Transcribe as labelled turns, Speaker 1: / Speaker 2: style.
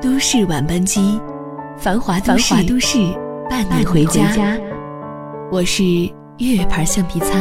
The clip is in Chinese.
Speaker 1: 都市晚班机，繁华繁华都市伴你回家。我是月牌橡皮擦。